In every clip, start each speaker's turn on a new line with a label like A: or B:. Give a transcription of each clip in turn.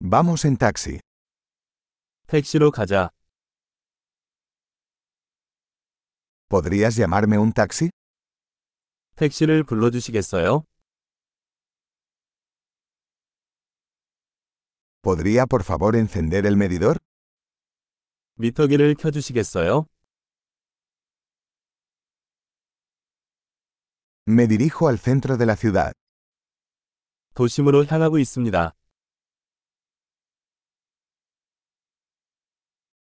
A: Vamos en taxi.
B: 택시로 가자.
A: ¿Podrías llamarme un taxi?
B: 택시를 불러주시겠어요?
A: ¿Podría por favor encender el medidor?
B: 미터기를 켜주시겠어요?
A: Me dirijo al centro de la ciudad.
B: 도심으로 향하고 있습니다.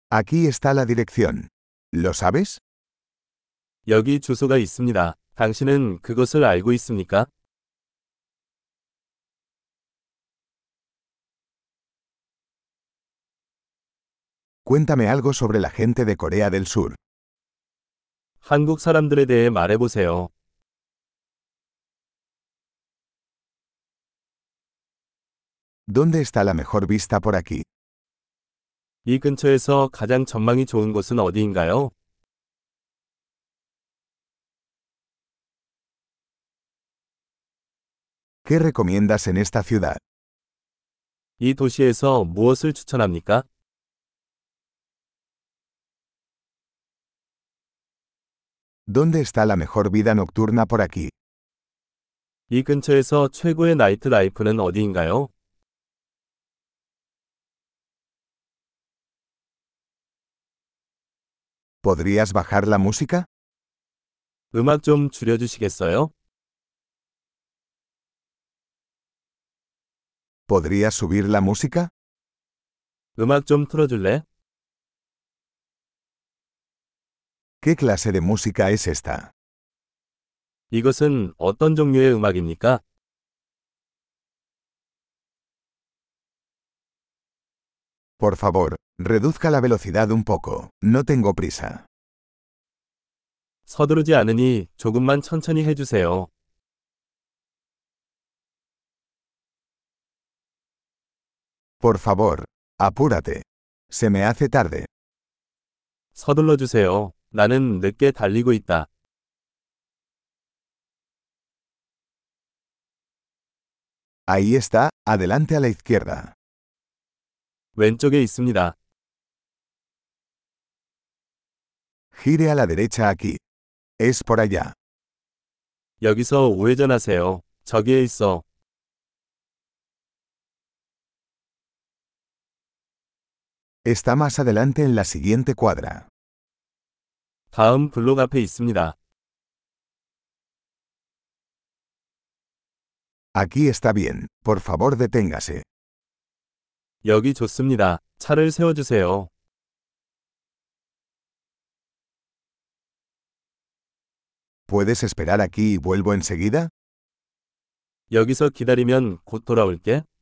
A: Aquí está la dirección. ¿Lo sabes?
B: 여기 주소가 있습니다. 당신은 그것을 알고 있습니까?
A: Cuéntame algo sobre la gente de Corea del Sur.
B: 한국 사람들에 대해 말해보세요.
A: ¿Dónde está la mejor vista por aquí?
B: 이 근처에서 가장 전망이 좋은 곳은 어디인가요?
A: ¿Qué recomiendas en esta ciudad?
B: 이 도시에서 무엇을 추천합니까?
A: ¿Dónde está la mejor vida nocturna por aquí?
B: 이 근처에서 최고의 나이트 라이프는 어디인가요?
A: ¿Podrías bajar la música?
B: 음악 좀 줄여주시겠어요?
A: ¿Podrías subir la música?
B: 음악 좀 틀어줄래?
A: ¿Qué clase de música es esta?
B: 이것은 어떤 종류의 음악입니까?
A: Por favor, reduzca la velocidad un poco. No tengo prisa.
B: 서두르지 않으니 조금만 천천히 해주세요.
A: Por favor, apúrate. Se me hace tarde.
B: 서둘러 주세요. 나는 늦게 달리고 있다.
A: Ahí está, adelante a la izquierda.
B: 왼쪽에 있습니다.
A: Gire a la derecha aquí. Es por allá.
B: 여기서 우회전하세요. 저기에 있어.
A: Está más adelante en la siguiente cuadra.
B: 다음 블록 앞에 있습니다.
A: Aquí está bien, por favor deténgase.
B: 여기 좋습니다. 차를 세워주세요.
A: ¿Puedes esperar aquí y vuelvo enseguida?
B: 여기서 기다리면 곧 돌아올게.